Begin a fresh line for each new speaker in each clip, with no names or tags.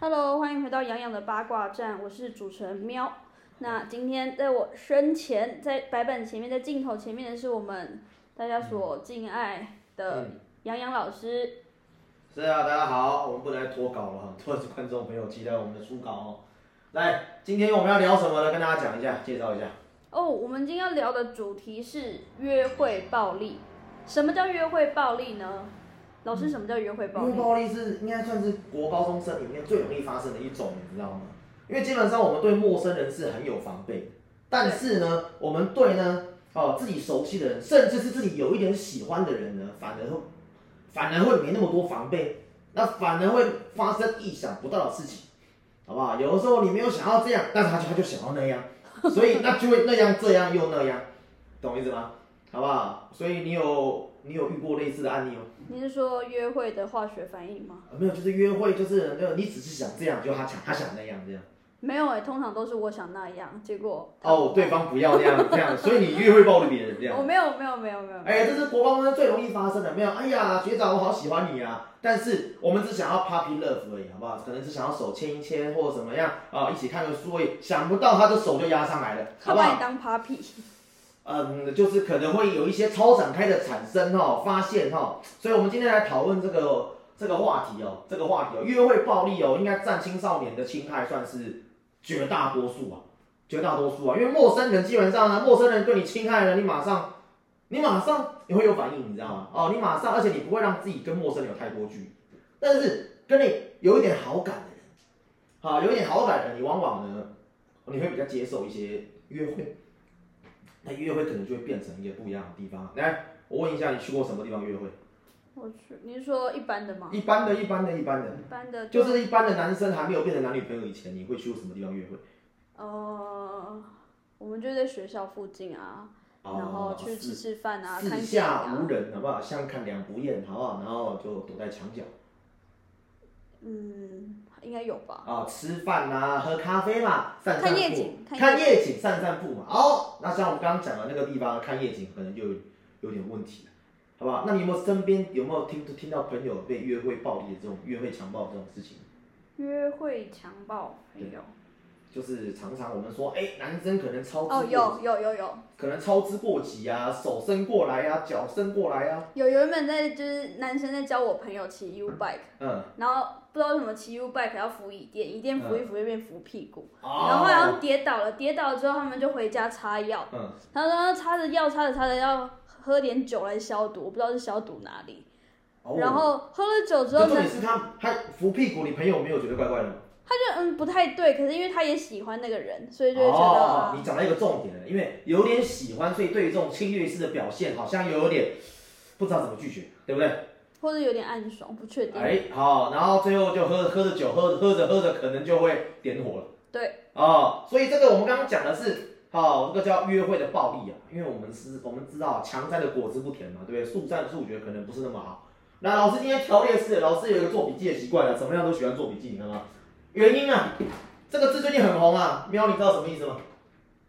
Hello，欢迎回到洋洋的八卦站，我是主持人喵。那今天在我身前，在白板前面，在镜头前面的是我们大家所敬爱的洋洋老师。
嗯是啊，大家好，我们不能再拖稿了， 很多观众朋友期待我们的初稿哦。来，今天我们要聊什么呢？跟大家讲一下，介绍一下。
哦，我们今天要聊的主题是约会暴力。什么叫约会暴力呢？老师，什么叫约会暴
因为
力？
暴力是应该算是国高中生里面最容易发生的一种，你知道吗？因为基本上我们对陌生人是很有防备的，但是呢，我们对呢，哦，自己熟悉的人，甚至是自己有一点喜欢的人呢，反而会，反而会没那么多防备，那反而会发生意想不到的事情，好不好？有的时候你没有想要这样，但是他就他就想要那样，所以那就会那样这样又那样，懂我意思吗？好不好？所以你有你有遇过类似的案例吗？
你是说约会的化学反应吗？
啊，没有，就是约会，就是没有，你只是想这样，就他想他想那样这样。
没有哎、通常都是我想那样，结果
哦，对方不要那样这样， 所以你约会暴力别人这
我
样。
没有没有没有没有，
哎呀，这是国高中最容易发生的，没有。哎呀，学长，我好喜欢你啊，但是我们只想要 puppy love 而已，好不好？可能只想要手牵一牵或者怎么样啊，一起看个书而已。想不到他的手就压上来了，
他
好不
把
好
你？当 papi。
嗯，就是可能会有一些超展开的产生哦，发现哦，所以我们今天来讨论这个这个话题哦，这个话题哦，约会暴力哦，应该占青少年的侵害算是绝大多数啊，绝大多数啊，因为陌生人基本上呢，陌生人对你侵害了，你马上你马上你会有反应，你知道吗？哦，你马上，而且你不会让自己跟陌生人有太多距离，但是跟你有一点好感的人，好、有一点好感的人，你往往呢，你会比较接受一些约会。那约会可能就会变成一个不一样的地方。来，我问一下，你去过什么地方约会？
我去，你是说一般的吗？
一般的、一般的、一般的，
一般的就
就是一般的男生还没有变成男女朋友以前，你会去过什么地方约会？
呃，我们就在学校附近啊，然后去吃
哦四
吃饭啊，看
四
电影
下
啊
无。人，好不好？相看两不厌，好不好？然后就躲在墙角
嗯，应该有吧。
啊，吃饭啦，喝咖啡啦，散散
看
步，
夜景看夜
看夜景，散散步嘛。哦，那像我们刚刚讲的那个地方，看夜景可能就有有点问题了，好不好？那你有没有身边有没有听听到朋友被约会暴力的这种约会强暴这种事情？
约会强暴没有？
就是常常我们说，哎、男生可能操之
哦，
过
有有有有
可能操之过急啊，手伸过来啊，脚伸过来啊，
有原本在就是男生在教我朋友骑 U bike，
嗯，
然后不知道为什么骑 U bike 要扶椅垫，椅垫扶一扶就变扶屁股，然后然
哦，
后跌倒了，跌倒了之后他们就回家擦药，
嗯，
然后他擦着药擦着擦着药喝点酒来消毒，我不知道是消毒哪里，
哦
然后喝了酒之
就
后
重
呢
点，是他他扶屁股，你朋友没有觉得怪怪的吗？
他就嗯不太对，可是因为他也喜欢那个人，所以就会觉得、啊
哦，你讲到一个重点了，因为有点喜欢，所以对于这种侵略式的表现，好像有点不知道怎么拒绝，对不对？
或者有点暗爽，不确定。
哎，好、然后最后就喝喝着酒，喝喝着喝着，可能就会点火了。
对。
哦，所以这个我们刚刚讲的是，哦，这个叫约会的暴力啊，因为我们是，我们知道强摘的果子不甜嘛，对不对？速战速决可能不是那么好。那老师今天条列式，老师有一个做笔记的习惯啊了、怎么样都喜欢做笔记，你看吗？原因啊，这个字最近很红啊，喵，你知道什么意思吗？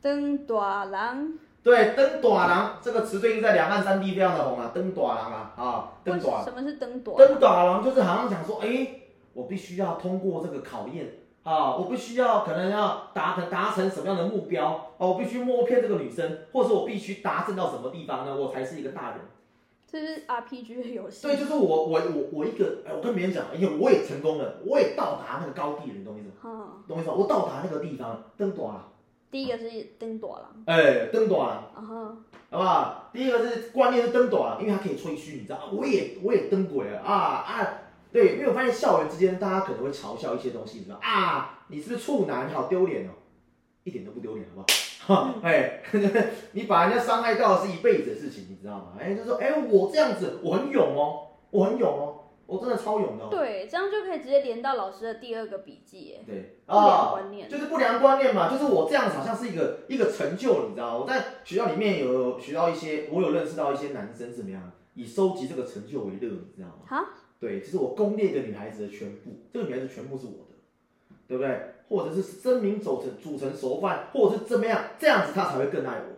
灯大人，
对，登短郎这个词最近在两岸三地非常的红啊，登短郎啊，啊，登
为
短
什么是灯短？
登打郎就是好像讲说，哎、我必须要通过这个考验啊，我必须要可能要达成达成什么样的目标啊，我必须摸骗这个女生，或者我必须达成到什么地方呢，我才是一个大人。
这是 RPG 的游戏。
对，就是我我我我一个，哎、我跟别人讲，哎、呀，我也成功了，我也到达那个高地了，你懂我意思吗？
嗯，
懂我意思吗？我到达那个地方了，登短郎，
第一个是灯短嗯人，
哎、登短郎。
然后
好不好？第一个是观念是登短啊了，因为它可以吹嘘，你知道，啊我也我也登鬼了啊啊！对，因为我发现校园之间大家可能会嘲笑一些东西，你知道啊，你是不是处男？好丢脸哦，一点都不丢脸，好不好？ 哈，哎，你把人家伤害到是一辈子的事情，你知道吗？哎，就说哎，我这样子，我很勇哦，我很勇哦，我真的超勇的、哦。
对，这样就可以直接连到老师的第二个笔记耶，
对
不良
啊，
观念。
就是不良观念嘛，就是我这样子好像是一个一个成就，你知道吗？我在学校里面有学到一些，我有认识到一些男生怎么样，以收集这个成就为乐，你知道吗？
哈，
对，就是我攻略一个女孩子的全部，这个女孩子全部是我的，对不对？或者是真名组成组成熟饭，或者是怎么样，这样子她才会更爱我，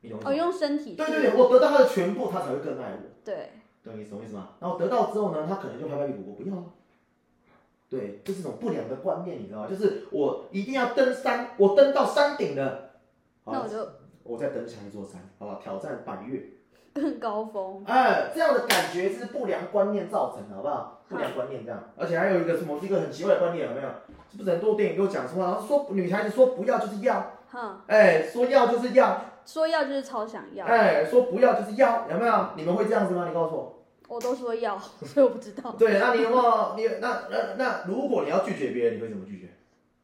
你懂吗？
哦，用身体去。
对对对，我得到她的全部，她才会更爱我。
对
懂意思懂意思吗？然后得到之后呢，他可能就拍拍屁股，我不要了，啊对，这是一种不良的观念，你知道吗？就是我一定要登山，我登到山顶了，好
那我就
我再登下一座山，好吧，挑战百越。
更高峰。
哎，这样的感觉是不良观念造成的，好不好？不良观念这样，而且还有一个什么，一个很奇怪的观念，有没有？是不是很多电影给我讲什么，然后说女孩子说不要就是要，
哼，
哎，说要就是要，
说要就是超想要，
哎，说不要就是要，有没有？你们会这样子吗？你告诉我。
我都说要，所以我不知道。
对，那你有没有？你那那那，如果你要拒绝别人，你会怎么拒绝？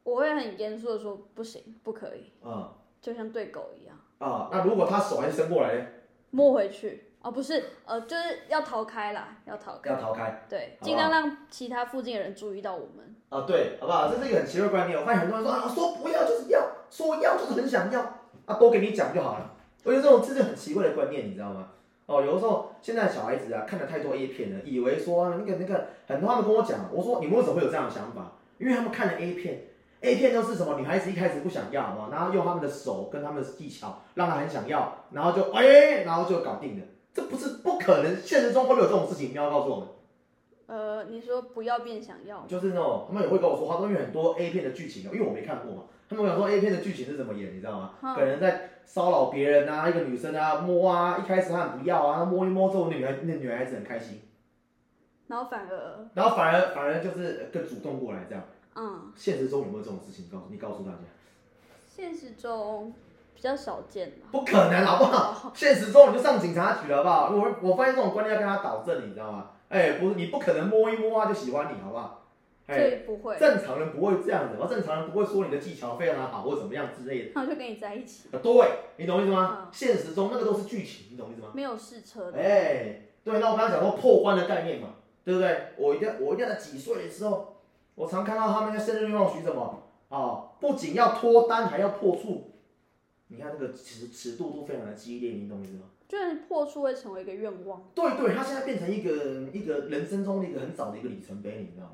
我会很严肃的说不行，不可以，
嗯
就像对狗一样，
啊，那如果他手还伸过来呢，
摸回去。哦，不是，呃，就是要逃开啦，要逃
要
开，
逃开
对，
好吧
尽量让其他附近的人注意到我们。
啊，对，好不好？这是一个很奇怪的观念。我发现很多人说啊，说不要就是要，说要就是很想要，啊，都给你讲就好了。我觉得这种这是很奇怪的观念，你知道吗？哦，有的时候现在小孩子啊，看了太多 A 片了，以为说啊那个那个，很多他们跟我讲，我说你们为什么会有这样的想法？因为他们看了 A 片，A 片都是什么？女孩子一开始不想要嘛，然后用他们的手跟他们的技巧，让她很想要，然后就哎、然后就搞定了。这不是不可能，现实中会不会有这种事情？喵告诉我们。
呃，你说不要变想要，
就是那种他们也会跟我说，他们因为很多 A 片的剧情哦，因为我没看过嘛，他们有说 A 片的剧情是怎么演，你知道吗？
嗯
可能在骚扰别人啊，一个女生啊摸啊，一开始她很不要啊，她摸一摸之后，那女孩那女孩子很开心，
然后反而，
然后反而反而就是更主动过来这样。
嗯，
现实中有没有这种事情？告诉你告诉大家，
现实中比较少见啦。
不可能好不好？现实中你就上警察局了好不好？我我发现这种观念要跟他导正，你知道吗？哎、不是你不可能摸一摸啊就喜欢你好不好？哎、
所以不会，
正常人不会这样子嘛，正常人不会说你的技巧非常的好或怎么样之类的。
然后就跟你在一起，
啊，对，你懂我意思吗？现实中那个都是剧情，你懂我意思吗？
没有试车的，
哎、对，那我刚刚讲过破关的概念嘛，对不对？我一定要，我一定要在几岁的时候，我常看到他们在生日愿望许什么啊、不仅要脱单，还要破处。你看这个尺尺度都非常的激烈，你懂我意思吗？
就是破处会成为一个愿望。
对对，他现在变成一个一个人生中的一个很早的一个里程碑，你知道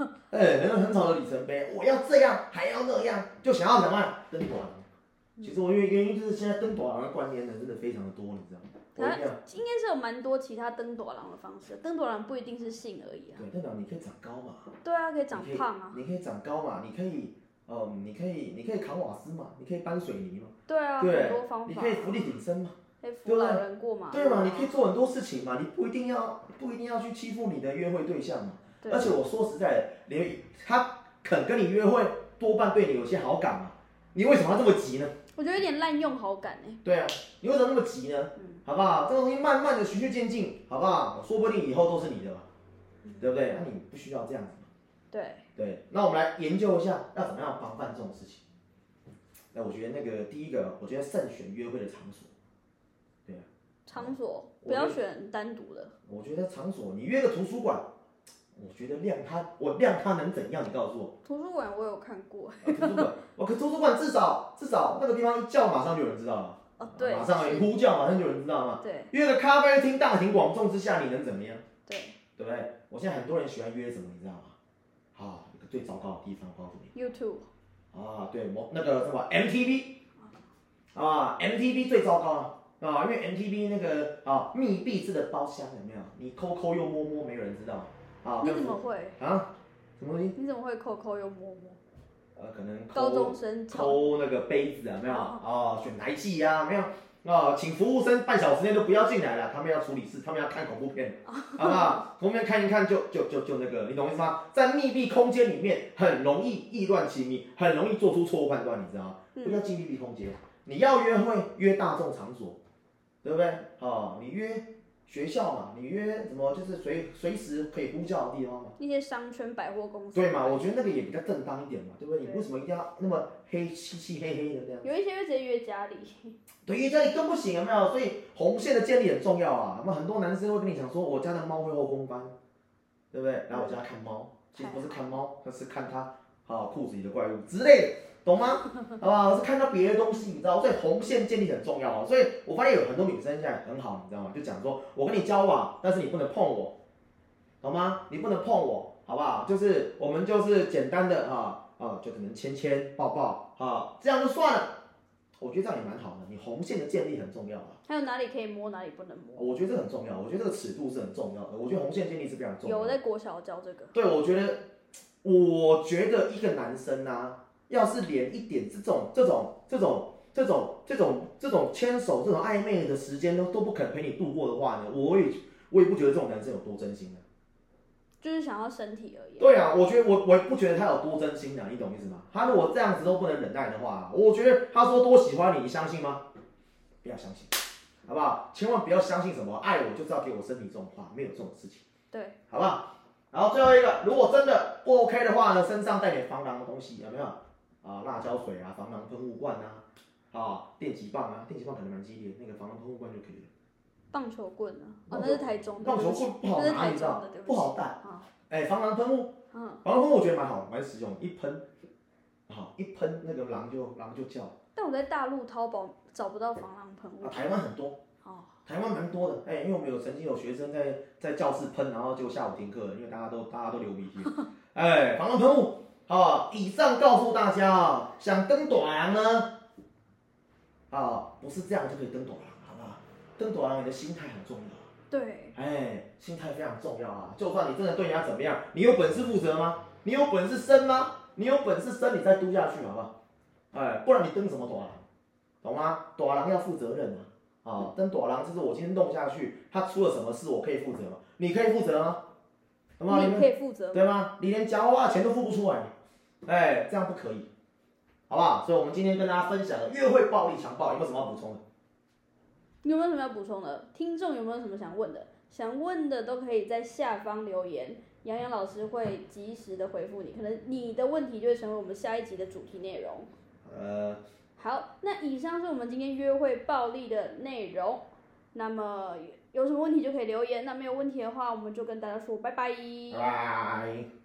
吗？ 哎、很很早的里程碑，我要这样，还要那样，就想要什么登短廊。其实我原原因就是现在登短廊的观念呢，真的非常的多，你知道吗？我一定要
应该是有蛮多其他登朵郎的方式，登朵郎不一定是性而已啊。
对，代表你可以长高嘛，
对啊，可以长胖啊。
你可以长高嘛，你可以，嗯，你可以你可以扛瓦斯嘛，你可以搬水泥嘛，
对啊，
对
很多方
你
法
可。以浮力挺身嘛，
可以扶老人过马路啊。
对嘛？你可以做很多事情嘛，你不一定要不一定要去欺负你的约会对象嘛。
对
而且我说实在的，你他肯跟你约会，多半对你有些好感嘛。你为什么要这么急呢？
我觉得有点滥用好感哎。
对啊，你为什么那么急呢？好不好？这个东西慢慢的循序渐进，好不好？说不定以后都是你的嘛，对不对？那你不需要这样子嘛。
对，
对，那我们来研究一下要怎么样防范这种事情。那我觉得那个第一个，我觉得慎选约会的场所。
场所
我
不要选单独的，
我觉得场所，你约个图书馆，我觉得量它，我量它能怎样？你告诉我。
图书馆我有看过。
啊图书馆，我可图书馆至少至少那个地方一叫，马上就有人知道了。
哦，对，
马上一呼叫，马上就有人知道嘛。
对
约个咖啡厅，大庭广众之下，你能怎么样？
对
对不对？我现在很多人喜欢约什么，你知道吗？啊，一个最糟糕的地方，我告诉
，YouTube
你啊，对，某那个什么 MTV 啊，MTV 最糟糕了。啊，因为 MTV 那个啊密闭式的包厢有没有？你抠抠又摸摸，没有人知道啊。
你怎么会？
啊？什么东西？
你怎么会抠抠又摸摸？
呃，可能抠
高中生吵
抠那个杯子啊，没有哦，选台器啊，没有哦，请服务生半小时内都不要进来了，他们要处理事，他们要看恐怖片，好不好？恐怖片看一看就就就就那个，你懂我意思吗？在密闭空间里面，很容易意乱情迷，很容易做出错误判断，你知道吗？
嗯
不要进密闭空间，你要约会约大众场所，对不对？哦，你约学校嘛，你约什么就是随随时可以呼叫的地方嘛。
一些商圈百货公司，
对嘛？我觉得那个也比较正当一点嘛，对不对？你
对
为什么一定要那么黑漆漆黑黑的这样？
有一些会直接约家里，
对，因为这里更不行，有没有？所以红线的建立很重要啊。那么很多男生会跟你讲说，我家的猫会后空翻，对不对？然后我家看猫，其实不是看猫，那是看它啊裤子里的怪物之类的，懂吗？好不好？是看到别的东西，你知道？所以红线建立很重要啊。所以我发现有很多女生现在很好，你知道吗？就讲说我跟你交往，但是你不能碰我，懂吗？你不能碰我，好不好？就是我们就是简单的啊啊，就可能牵牵抱抱啊，这样就算了。我觉得这样也蛮好的，你红线的建立很重要啊。
还有哪里可以摸，哪里不能摸。
我觉得这很重要，我觉得这个尺度是很重要的。我觉得红线建立是非常重要
有
的。
我在国小教这个，
对，我觉得我觉得一个男生啊，要是连一点这种这种这种这种这种这种牵手这种暧昧的时间都都不肯陪你度过的话呢，我也我也不觉得这种男生有多真心啊。
就是想要身体而已啊。
对啊，我觉得我我不觉得他有多真心啊，你懂意思吗？他如果这样子都不能忍耐的话，我觉得他说多喜欢你，你相信吗？不要相信，好不好？千万不要相信什么爱我就是要给我身体这种话，没有这种事情，
对，
好不好？然后最后一个，如果真的不 OK 的话呢，身上带点防狼的东西，有没有？啊，辣椒水啊，防狼喷雾罐啊，啊，电击棒啊，电击棒可能蛮激烈，那个防狼喷雾罐就可以了。
棒球棍呢？哦，
棒
那
球
是台中的，
棒球
对
棍
不
不
起
好
那是
拿，
台
你
中
知道
的，对，不
不
起。
好带。
啊，
哎，防狼喷雾
嗯，
防狼喷雾我觉得蛮好，蛮实用，一喷，好一喷那个狼就狼就叫。
但我在大陆淘宝找不到防狼喷雾
啊，。台湾很多，
哦，
台湾蛮多的。哎、因为我们有曾经有学生在在教室喷，然后结果下午停课了，因为大家都大家都流鼻涕。哎、防狼喷雾啊，以上告诉大家啊，想登短呢，啊，不是这样就可以登短，好不好？登短你的心态很重要。
对，
哎，心态非常重要啊！就算你真的对人家怎么样，你有本事负责吗？你有本事生吗？你有本事生，你再嘟下去好不好？哎，不然你登什么短廊？懂吗？短廊要负责任啊！啊、登短廊就是我今天弄下去，他出了什么事，我可以负责吗？你可以负责吗？好不好？你
你
们
可以负责吗。
对吗？你连夹娃娃的钱都付不出来，哎，这样不可以，好不好？所以我们今天跟大家分享的约会暴力强暴，有没有什么要补充的？
你有没有什么要补充的？听众有没有什么想问的？想问的都可以在下方留言，杨洋老师会及时的回复你。可能你的问题就会成为我们下一集的主题内容。
呃，
好，那以上是我们今天约会暴力的内容。那么有什么问题就可以留言，那没有问题的话，我们就跟大家说拜拜
拜拜。